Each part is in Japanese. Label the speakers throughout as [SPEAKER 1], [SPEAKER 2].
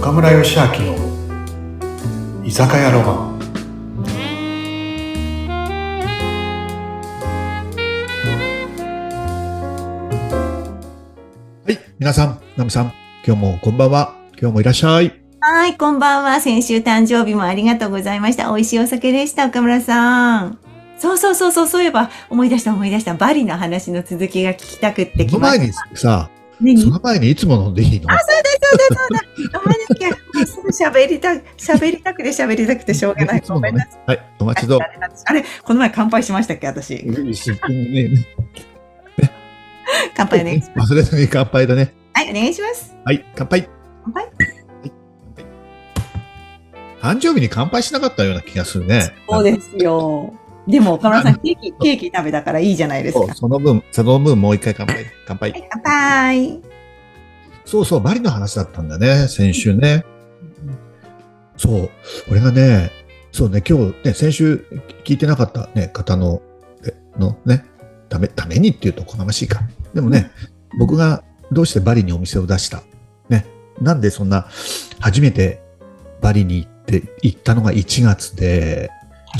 [SPEAKER 1] 岡村義明の居酒屋ロマンはい皆さんナムさん今日もこんばんは今日もいらっしゃい
[SPEAKER 2] はい、こんばんは。先週誕生日もありがとうございました。美味しいお酒でした、岡村さん。そうそうそうそう、そういえば、思い出した思い出した。バリの話の続きが聞きたくって
[SPEAKER 1] そ
[SPEAKER 2] き
[SPEAKER 1] の
[SPEAKER 2] ま
[SPEAKER 1] 前
[SPEAKER 2] した。
[SPEAKER 1] にさ
[SPEAKER 2] 何
[SPEAKER 1] その前にいつも飲んでいいの
[SPEAKER 2] 飲まなきゃ、もうすぐ喋りた、喋りたくて喋りたくてしょうがない。
[SPEAKER 1] つも
[SPEAKER 2] ご
[SPEAKER 1] の
[SPEAKER 2] めんな
[SPEAKER 1] ね
[SPEAKER 2] さい。
[SPEAKER 1] はいお待ちどう
[SPEAKER 2] あれ、この前乾杯しましたっけ、私。
[SPEAKER 1] ね
[SPEAKER 2] 乾杯お願いします。
[SPEAKER 1] 忘れずに乾杯だね
[SPEAKER 2] はい、お願いします。
[SPEAKER 1] はい乾杯
[SPEAKER 2] 乾杯
[SPEAKER 1] 誕生日に乾杯しなかったような気がするね
[SPEAKER 2] そうですよ。でも、岡村さん、ケーキ、ケーキ食べたからいいじゃないですか。
[SPEAKER 1] そう
[SPEAKER 2] は
[SPEAKER 1] その分、その分もう一回乾杯。乾杯。
[SPEAKER 2] い、乾杯。
[SPEAKER 1] そうそう、バリの話だったんだね、先週ね。そう、俺がね、そうね、今日ね、先週聞いてなかったね、方の、えのね、ため、ためにっていうと好ましいか。でもね、僕がどうしてバリにお店を出した。ね、なんでそんな、初めてバリに行って、行ったのが1月で、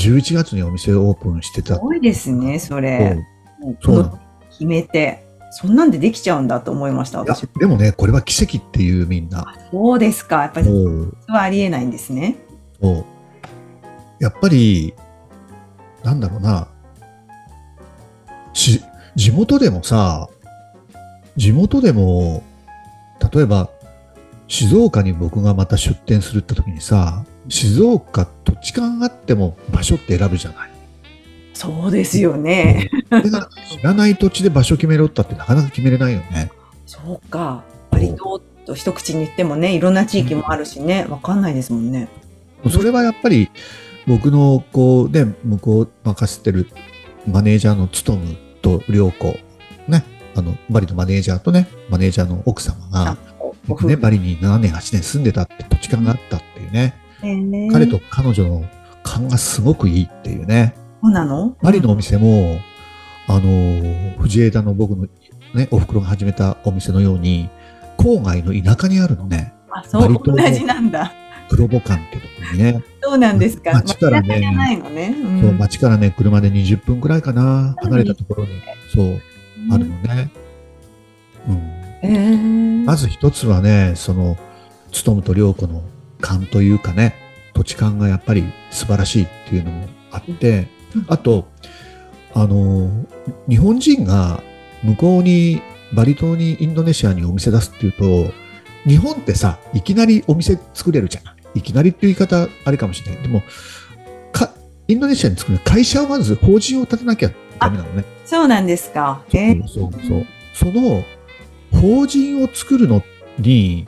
[SPEAKER 1] 11月にお店をオープンしてた
[SPEAKER 2] す。ごいですね、それ。もう
[SPEAKER 1] そうなの。
[SPEAKER 2] 決めて、そんなんでできちゃうんだと思いました、
[SPEAKER 1] いや
[SPEAKER 2] 私。
[SPEAKER 1] でもね、これは奇跡っていうみんな。
[SPEAKER 2] そうですか、やっぱり、そ
[SPEAKER 1] もう
[SPEAKER 2] れはありえないんですね。
[SPEAKER 1] そうやっぱり、なんだろうな、し地元でもさ、地元でも、例えば、静岡に僕がまた出店するって時にさ、静岡土地勘あっても場所って選ぶじゃない。
[SPEAKER 2] そうですよね。
[SPEAKER 1] それが知らない土地で場所決めろったってなかなか決めれないよね。
[SPEAKER 2] そうか、やっぱりどうと一口に言ってもね、いろんな地域もあるしね、わかんないですもんね。
[SPEAKER 1] それはやっぱり僕のこうね向こう任せてるマネージャーの務と良子ねあのバリのマネージャーとねマネージャーの奥様が
[SPEAKER 2] お
[SPEAKER 1] 僕ねバリに7年8年住んでたって土地勘があったっていうね、
[SPEAKER 2] ね
[SPEAKER 1] 彼と彼女の勘がすごくいいっていうね
[SPEAKER 2] そうなの
[SPEAKER 1] バリのお店も、あの藤枝の僕のねお袋が始めたお店のように郊外の田舎にあるのね
[SPEAKER 2] あ、そう、
[SPEAKER 1] 割と
[SPEAKER 2] 同じなんだ。
[SPEAKER 1] 黒母館ってとこにね
[SPEAKER 2] そうなんですか。
[SPEAKER 1] 街からね
[SPEAKER 2] 街中じゃないのね。うん
[SPEAKER 1] そう、町からね、車で20分くらいかな、離れたところに、そう、あるのね。うん。
[SPEAKER 2] へー
[SPEAKER 1] まず一つはね、その、勤と良子の勘というかね、土地勘がやっぱり素晴らしいっていうのもあって
[SPEAKER 2] うん、
[SPEAKER 1] あと、あの、日本人が向こうに、バリ島にインドネシアにお店出すっていうと、日本ってさ、いきなりお店作れるじゃない。いきなりっていう言い方あれかもしれない。でも、かインドネシアに作る会社をまず法人を立てなきゃダメなのね。
[SPEAKER 2] そうなんですか。えー
[SPEAKER 1] そうそうそう。その法人を作るのに、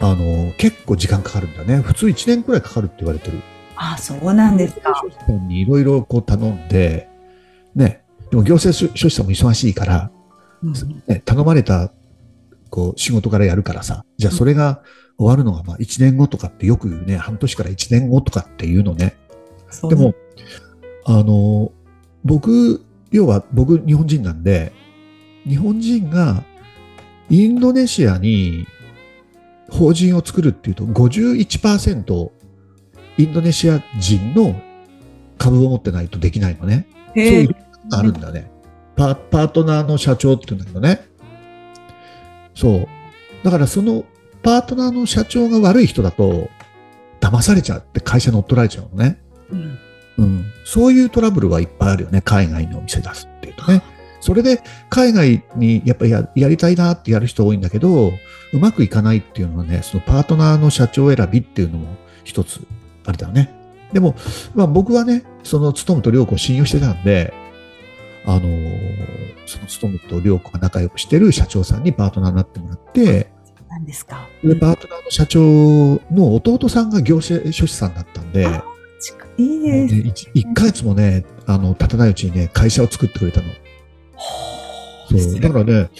[SPEAKER 1] あの、結構時間かかるんだね。普通1年くらいかかるって言われてる。
[SPEAKER 2] あ、そうなんですか。
[SPEAKER 1] 行政書士さんにいろいろこう頼んで、ね、でも行政書士さんも忙しいから、
[SPEAKER 2] うん
[SPEAKER 1] ね、頼まれたこう仕事からやるからさ、じゃあそれが終わるのがまあ1年後とかってよく言うね、半年から1年後とかっていうのね。
[SPEAKER 2] そう
[SPEAKER 1] でも、あの、僕、要は僕日本人なんで、日本人がインドネシアに法人を作るっていうと51%インドネシア人の株を持ってないとできないのね。そう
[SPEAKER 2] へ
[SPEAKER 1] い
[SPEAKER 2] ー
[SPEAKER 1] うのがあるんだね。パパートナーの社長って言うんだけどね。そう。だからそのパートナーの社長が悪い人だと騙されちゃって会社乗っ取られちゃうのね。
[SPEAKER 2] うん
[SPEAKER 1] うん、そういうトラブルはいっぱいあるよね、海外のお店出すっていうとね。それで海外にやっぱりややりたいなってやる人多いんだけど、うまくいかないっていうのはね、そのパートナーの社長選びっていうのも一つあれだよね。でも、まあ、僕はね、その勤と良子を信用してたんで、あのーその勤と良子が仲良くしてる社長さんにパートナーになってもらって、
[SPEAKER 2] そうなんですか。
[SPEAKER 1] でパートナーの社長の弟さんが行政書士さんだったんで、
[SPEAKER 2] 近いいいですね
[SPEAKER 1] で 1, ヶ月もね、あの、立たないうちにね、会社を作ってくれたの。そう。だからね、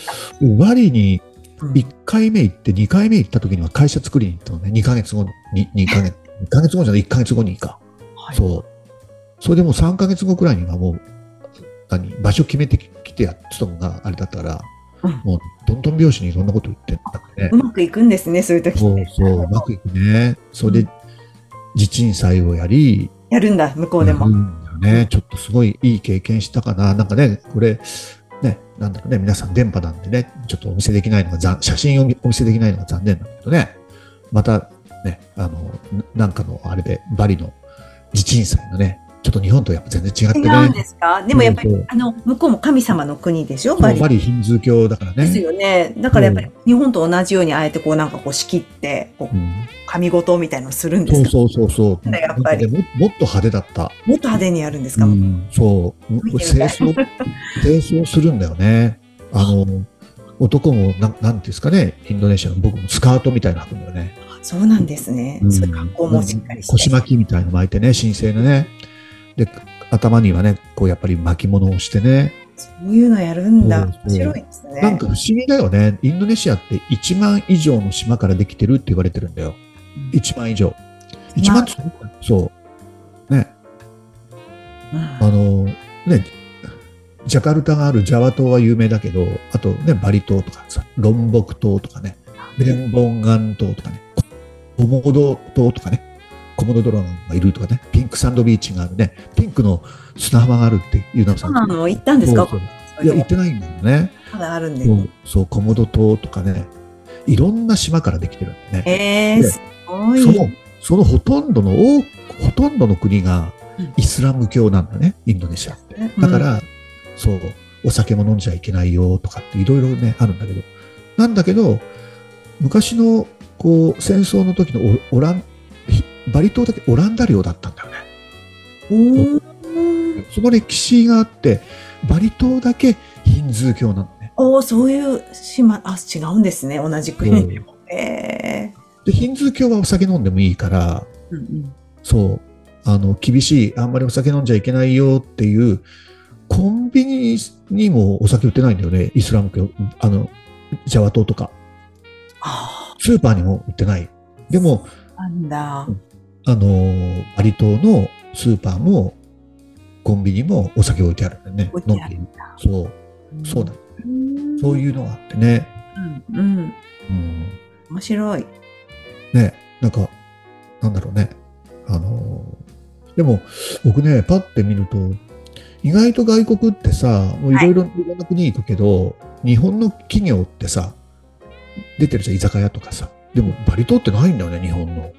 [SPEAKER 1] バリに1回目行って2回目行った時には会社作りに行ったのね。2ヶ月後に、2ヶ 月、2ヶ月後じゃない、1ヶ月後にか。
[SPEAKER 2] はい
[SPEAKER 1] そう。それでもう3ヶ月後くらいにはもう、何、場所決めてきてや、勤務があれだったから、
[SPEAKER 2] うん
[SPEAKER 1] もう、どんどん拍子にいろんなこと言ってんだからね
[SPEAKER 2] う。まくいくんですね、そういう時
[SPEAKER 1] そう
[SPEAKER 2] って。
[SPEAKER 1] そう、うまくいくね。それで、地鎮祭をやり、
[SPEAKER 2] やるんだ、向こうでも。
[SPEAKER 1] うんね、ちょっとすごいいい経験したかな。なんかね、これ、ね、なんだろうね、皆さん電波なんでね、ちょっとお見せできないのが残、写真をお見せできないのが残念なんだけどね、またね、あの、ななんかのあれで、バリの地鎮祭のね、ちょっと日本とやっぱ全然違って
[SPEAKER 2] 違
[SPEAKER 1] ね、
[SPEAKER 2] うんですかでもやっぱり
[SPEAKER 1] そうそう、
[SPEAKER 2] あの、向こうも神様の国でしょ、
[SPEAKER 1] バ
[SPEAKER 2] バ
[SPEAKER 1] リ
[SPEAKER 2] リ。
[SPEAKER 1] バリヒンズー教だから
[SPEAKER 2] です
[SPEAKER 1] ね。
[SPEAKER 2] よね。だからやっぱり、日本と同じように、あえてこうなんかこう仕切って、こ
[SPEAKER 1] う、
[SPEAKER 2] うん神事みたいのするんで
[SPEAKER 1] そ
[SPEAKER 2] す
[SPEAKER 1] う
[SPEAKER 2] か
[SPEAKER 1] そうそうそう。
[SPEAKER 2] だからやっぱり
[SPEAKER 1] なんかねももっと派手だった。
[SPEAKER 2] もっと派手にやるんですか、
[SPEAKER 1] うん、そう、
[SPEAKER 2] 見てみ
[SPEAKER 1] 清
[SPEAKER 2] たい
[SPEAKER 1] 掃、清掃するんだよね。あの、男も、なん、なんていうんですかね、インドネシアの僕もスカートみたいなの履くんだよね。
[SPEAKER 2] そうなんですね。
[SPEAKER 1] うん
[SPEAKER 2] そういう格好もしっかりして。
[SPEAKER 1] 腰巻きみたいなの巻いてね、神聖なね。で、頭にはね、こうやっぱり巻物をしてね。
[SPEAKER 2] そういうのやるんだ
[SPEAKER 1] そう。そう
[SPEAKER 2] 面白いですね。
[SPEAKER 1] なんか不思議だよね。インドネシアって1万以上の島からできてるって言われてるんだよ。1万以上。1万ってそう。ね。
[SPEAKER 2] うん
[SPEAKER 1] あのね、ジャカルタがあるジャワ島は有名だけど、あとね、バリ島とかさ、ロンボク島とかね、ベンボンガン島とかね、コモド島とかね、コモドドラゴンがいるとかね、ピンクサンドビーチがあるね、ピンクの砂浜があるっていうのさ
[SPEAKER 2] そうなの行ったんですか
[SPEAKER 1] そうそういや、行ってないんだよね。
[SPEAKER 2] まだあるんで
[SPEAKER 1] そ。う、そうコモド島とかね、いろんな島からできてるんだよね。
[SPEAKER 2] えー、すごい。
[SPEAKER 1] その、そのほとんどの多く、ほとんどの国がイスラム教なんだね、インドネシアって。だか
[SPEAKER 2] うん、
[SPEAKER 1] ら、そう、お酒も飲んじゃいけないよとかっていろいろね、あるんだけど。なんだけど、昔の、こう、戦争の時のオオラン、ひバリ島だけオランダ領だったんだよね。
[SPEAKER 2] おー
[SPEAKER 1] その歴史があって、バリ島だけヒンズー教なのね。
[SPEAKER 2] おーそういう島、あ、違うんですね。同じ国でも。えー
[SPEAKER 1] で、ヒンズー教はお酒飲んでもいいから、
[SPEAKER 2] うんうん
[SPEAKER 1] そう、あの、厳しい、あんまりお酒飲んじゃいけないよっていう、コンビニにもお酒売ってないんだよね、イスラム教、あの、ジャワ島とか。
[SPEAKER 2] あ
[SPEAKER 1] スーパーにも売ってない。でも、
[SPEAKER 2] ーなんだ。
[SPEAKER 1] あのーバリ島のスーパーも、コンビニもお酒置いてあるんだよね。
[SPEAKER 2] 置いてあるんだ。
[SPEAKER 1] そう、そうだ。
[SPEAKER 2] うん
[SPEAKER 1] そういうのがあってね。
[SPEAKER 2] うん。うん。
[SPEAKER 1] うん。
[SPEAKER 2] 面白い。
[SPEAKER 1] ね、なんか、なんだろうね。あのーでも、僕ね、パッて見ると、意外と外国ってさ、もういろいろ、いろんな国行くけど、日本の企業ってさ、出てるじゃん、居酒屋とかさ。でも、バリ島ってないんだよね、日本の。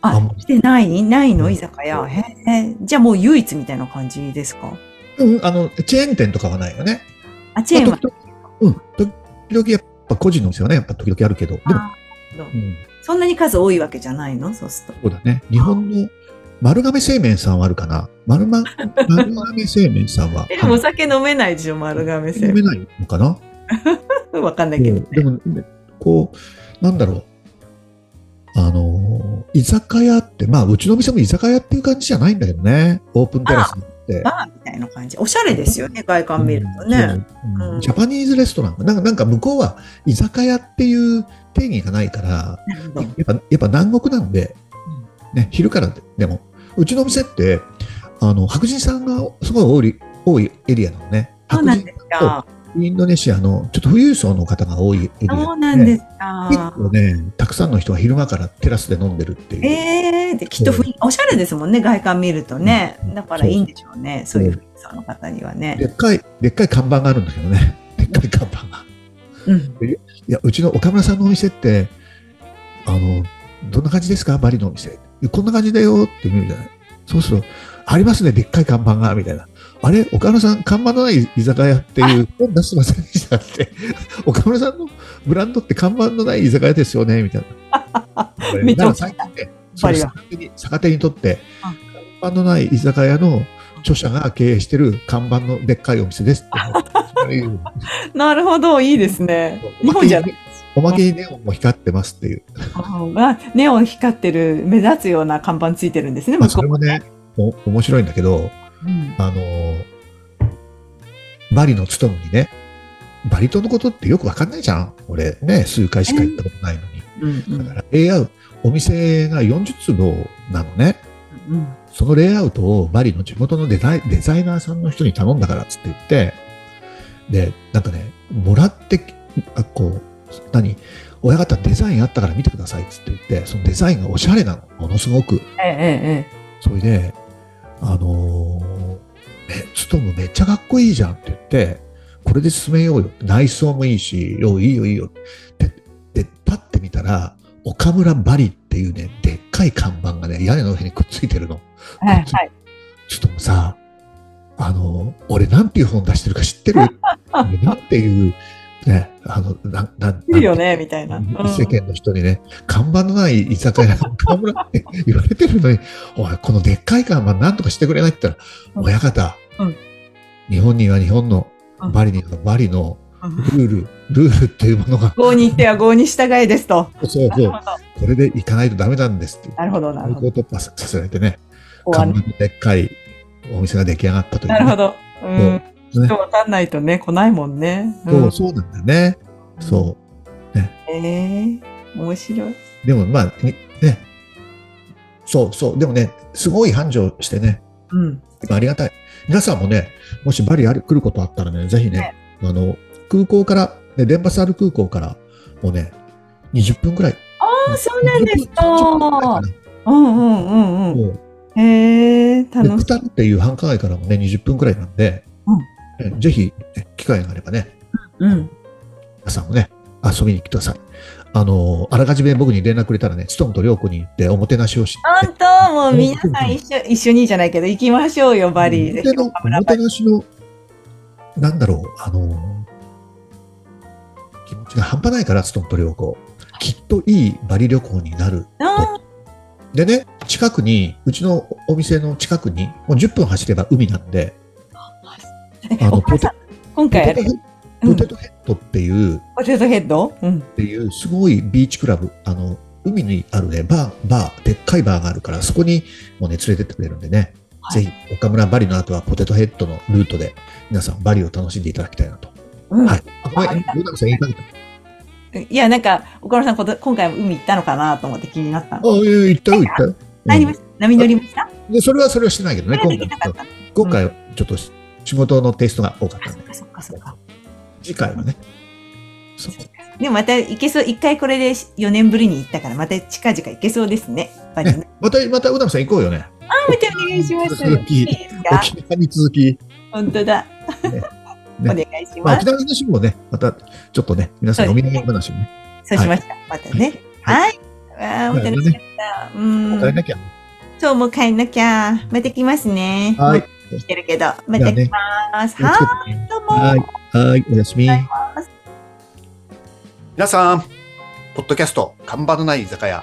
[SPEAKER 1] あん
[SPEAKER 2] あ
[SPEAKER 1] ま、り
[SPEAKER 2] 来てないないの居酒
[SPEAKER 1] う
[SPEAKER 2] 屋。
[SPEAKER 1] ん
[SPEAKER 2] へえ。じゃあもう唯一みたいな感じですか
[SPEAKER 1] うん、あの、チェーン店とかはないよね。
[SPEAKER 2] あ、チェーンは。
[SPEAKER 1] 時々うん、時々やっぱ個人の店はね、やっぱ時々あるけど、でも、
[SPEAKER 2] あーなるほ
[SPEAKER 1] う
[SPEAKER 2] ど
[SPEAKER 1] ん、
[SPEAKER 2] そんなに数多いわけじゃないのそうすると。
[SPEAKER 1] そうだね。日本の丸亀製麺さんはあるかな丸,、 ま、丸亀製麺さんは
[SPEAKER 2] え、お酒飲めないでしょ、丸亀製
[SPEAKER 1] 飲めないのかな
[SPEAKER 2] 麺。わかんないけど
[SPEAKER 1] でも、こう、なんだろう。あのー居酒屋って、まあ、うちの店も居酒屋っていう感じじゃないんだけどね。オープンテラスになって。
[SPEAKER 2] バーみたいな感じ。おしゃれですよね、外観見ると
[SPEAKER 1] うん
[SPEAKER 2] ね。
[SPEAKER 1] そううん
[SPEAKER 2] うん
[SPEAKER 1] ジャパニーズレストランなんかなんか向こうは居酒屋っていう定義がないから
[SPEAKER 2] なるほど
[SPEAKER 1] やっぱやっぱ南国なんで、ね、昼からででもうちのお店ってあの白人さんがすごい多い多いエリアなのね
[SPEAKER 2] そう
[SPEAKER 1] 白
[SPEAKER 2] なん
[SPEAKER 1] 人
[SPEAKER 2] ですか。
[SPEAKER 1] インドネシアのちょっと富裕層の方が多いエリア
[SPEAKER 2] そうなんです
[SPEAKER 1] 結
[SPEAKER 2] か。
[SPEAKER 1] 構ねたくさんの人が昼間からテラスで飲んでるっていう、
[SPEAKER 2] ええで、きっと雰囲気、おしゃれですもんね、外観見るとね。だからいいんでしょうね、そういう雰囲気さんの方にはね。
[SPEAKER 1] でっかいでっかい看板があるんだけどねでっかい看板が
[SPEAKER 2] うん。
[SPEAKER 1] いやうちの岡村さんのお店ってあのどんな感じですかバリのお店こんな感じだよって見るじゃないそうするとありますねでっかい看板がみたいなあれ岡村さん看板のない居酒屋っていう本出してませんでしたって 岡村さんのブランドって看板のない居酒屋ですよねみたいな
[SPEAKER 2] めっち
[SPEAKER 1] だ
[SPEAKER 2] ゃ
[SPEAKER 1] から最近ねそれ
[SPEAKER 2] バリは
[SPEAKER 1] 逆手に逆手にとって
[SPEAKER 2] あ
[SPEAKER 1] 看板のない居酒屋の著者が経営してる看板のでっかいお店ですってそう いう
[SPEAKER 2] なるほど、いいですね。日本じゃない。
[SPEAKER 1] おまけにネオンも光ってますっていう
[SPEAKER 2] あがネオン光ってる、目立つような看板ついてるんですね、
[SPEAKER 1] まあ、
[SPEAKER 2] 向
[SPEAKER 1] そ
[SPEAKER 2] こ
[SPEAKER 1] れ
[SPEAKER 2] う。
[SPEAKER 1] もね、お面白いんだけど、
[SPEAKER 2] うん
[SPEAKER 1] あのーバリの勤むにね、バリ島のことってよくわかんないじゃん。俺ね、数回しか行ったことないのに。
[SPEAKER 2] うんう
[SPEAKER 1] だ
[SPEAKER 2] ん
[SPEAKER 1] から、レイアウト、お店が40坪なのね。
[SPEAKER 2] うん
[SPEAKER 1] そのレイアウトをバリの地元のデザイデザイナーさんの人に頼んだからっつって言って、で、なんかね、もらってき、あこう、何親方デザインあったから見てくださいっつって言って、そのデザインがおしゃれなの、ものすごく。
[SPEAKER 2] えええ
[SPEAKER 1] それで、あのーえ、つとむめっちゃかっこいいじゃんって言って、これで進めようよ。内装もいいし、よ、いいよいいよって、で、パッて見たら、岡村バリっていうね、でっかい看板がね、屋根の上にくっついてるの。
[SPEAKER 2] えはいはい。
[SPEAKER 1] ちょっともうさ、あの、俺なんていう本出してるか知って る俺なんていう、ね、あの、な、な、
[SPEAKER 2] いいよね、みたいな。うん
[SPEAKER 1] 世間の人にね、看板のない居酒 屋、岡村って言われてるのに、おい、このでっかい看板なんとかしてくれないって言った
[SPEAKER 2] う
[SPEAKER 1] ら、
[SPEAKER 2] ん
[SPEAKER 1] 親方、
[SPEAKER 2] うん
[SPEAKER 1] 日本には日本の、バリにはバリの
[SPEAKER 2] うん
[SPEAKER 1] ルール、ルールっていうものが、
[SPEAKER 2] 郷に行っては郷に従えですと。
[SPEAKER 1] そう
[SPEAKER 2] な
[SPEAKER 1] そ
[SPEAKER 2] る
[SPEAKER 1] う、
[SPEAKER 2] ほど
[SPEAKER 1] これで行かないとダメなんですって、
[SPEAKER 2] なるほど、なる
[SPEAKER 1] 高
[SPEAKER 2] ほ
[SPEAKER 1] 校
[SPEAKER 2] ど。
[SPEAKER 1] 突破させられてね、
[SPEAKER 2] こうは
[SPEAKER 1] 看
[SPEAKER 2] ね
[SPEAKER 1] 板のでっかいお店が出来上がったというね、
[SPEAKER 2] なるほど。うん。
[SPEAKER 1] そうね
[SPEAKER 2] 人わかんないとね、来ないもんね。
[SPEAKER 1] そ
[SPEAKER 2] ん
[SPEAKER 1] う、そうなんだよね。そ
[SPEAKER 2] ええ面白い。
[SPEAKER 1] う。でもまあ、ねね。そうそう。でもね、すごい繁盛してね、
[SPEAKER 2] うん。
[SPEAKER 1] ありがたい。皆さんもね、もしバリある来ることあったらね、ぜひね、あの、空港から、ね、デンバスある空港から、もうね、20分くらい。
[SPEAKER 2] ああ、そうなんで
[SPEAKER 1] 20
[SPEAKER 2] す
[SPEAKER 1] 分くらいか
[SPEAKER 2] か。
[SPEAKER 1] な
[SPEAKER 2] うんうんうんうん。
[SPEAKER 1] もう
[SPEAKER 2] へえ
[SPEAKER 1] で
[SPEAKER 2] 楽
[SPEAKER 1] ク
[SPEAKER 2] しい。
[SPEAKER 1] タルっていう繁華街からもね、20分くらいなんで、
[SPEAKER 2] うん
[SPEAKER 1] ねぜひ、ね機会があればね、
[SPEAKER 2] うん。
[SPEAKER 1] 皆さんもね、遊びに来てください。あの、あらかじめ僕に連絡くれたらね、ツトンとリョウコに行って、おもてなしをして、
[SPEAKER 2] 本当もう皆さん一緒一緒にじゃないけど行きましょうよバリー。ぜひ
[SPEAKER 1] 表の
[SPEAKER 2] 岡村
[SPEAKER 1] おも
[SPEAKER 2] バ
[SPEAKER 1] て
[SPEAKER 2] リ
[SPEAKER 1] なしの、なんだろう、あの気持ちが半端ないから、ストンと旅行。きっといいバリ旅行になる。
[SPEAKER 2] あ
[SPEAKER 1] でね、近くに、うちのお店の近くに、もう10分走れば海なんで、
[SPEAKER 2] ー
[SPEAKER 1] あの
[SPEAKER 2] お母さん今
[SPEAKER 1] ポ
[SPEAKER 2] 回
[SPEAKER 1] テ
[SPEAKER 2] あ
[SPEAKER 1] ト
[SPEAKER 2] れ
[SPEAKER 1] ヘッ
[SPEAKER 2] う
[SPEAKER 1] ポ
[SPEAKER 2] ん
[SPEAKER 1] テトヘッドっていう、っ
[SPEAKER 2] ポテトヘッド？うん。
[SPEAKER 1] ていう、すごいビーチクラブ、あの、海にあるね、バー、バー、でっかいバーがあるから、そこにもうね、連れてってくれるんでね、
[SPEAKER 2] はい
[SPEAKER 1] ぜひ、岡村バリの後はポテトヘッドのルートで、皆さんバリを楽しんでいただきたいなと。
[SPEAKER 2] うん
[SPEAKER 1] はい。あ、ごめん、ヨナコさん言いかけた。
[SPEAKER 2] いやなんか岡村さんこと今回も海行ったのかなと思って気になった
[SPEAKER 1] あ
[SPEAKER 2] の。
[SPEAKER 1] あ、いやいや行ったよ、行ったよ。
[SPEAKER 2] なりました。波乗りました。
[SPEAKER 1] うんでそれはそれはしてないけどね、
[SPEAKER 2] そ
[SPEAKER 1] 今
[SPEAKER 2] れはで
[SPEAKER 1] 回
[SPEAKER 2] きなかった。
[SPEAKER 1] 今回はちょっと仕事のテイストが多かった
[SPEAKER 2] あ
[SPEAKER 1] ん
[SPEAKER 2] そ
[SPEAKER 1] で、
[SPEAKER 2] っかそっかそっか。
[SPEAKER 1] 次回はね。そう
[SPEAKER 2] でもまた行けそう一回これで四年ぶりに行ったからまた近々行けそうですね。バリね。
[SPEAKER 1] また、また、うなみさん行こうよね。
[SPEAKER 2] あ見てお願いします。
[SPEAKER 1] 続き
[SPEAKER 2] いいですか？
[SPEAKER 1] 沖縄に続き、
[SPEAKER 2] 本当だ。 お
[SPEAKER 1] ね
[SPEAKER 2] 願いし
[SPEAKER 1] まあ、
[SPEAKER 2] ま
[SPEAKER 1] 沖
[SPEAKER 2] す。
[SPEAKER 1] 縄の話もね、またちょっとね、皆さん
[SPEAKER 2] そ
[SPEAKER 1] お
[SPEAKER 2] う
[SPEAKER 1] 土
[SPEAKER 2] ですね
[SPEAKER 1] 産話もね、
[SPEAKER 2] そうしました。またね。はい。わあ、お
[SPEAKER 1] はい
[SPEAKER 2] 楽しかった。うん。
[SPEAKER 1] 変えなきゃ。
[SPEAKER 2] そう、もう帰んなきゃ。また来ますね。
[SPEAKER 1] はい
[SPEAKER 2] も。う来てるけど、また来ます。
[SPEAKER 1] じゃあね
[SPEAKER 2] はーい、どうも。
[SPEAKER 1] はい。はい、おやすみ。
[SPEAKER 3] 皆さん、ポッドキャスト、看板のない居酒屋、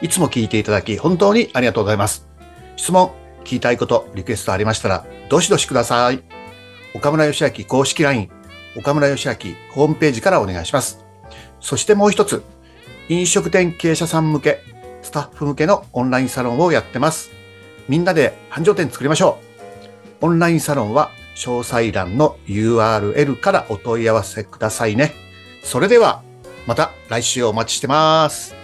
[SPEAKER 3] いつも聞いていただき、本当にありがとうございます。質問、聞きたいこと、リクエストありましたら、どしどしください。岡村義明公式 LINE、岡村義明ホームページからお願いします。そしてもう一つ、飲食店経営者さん向け、スタッフ向けのオンラインサロンをやってます。みんなで繁盛店作りましょう。オンラインサロンは、詳細欄の URL からお問い合わせくださいね。それでは、また来週お待ちしてます。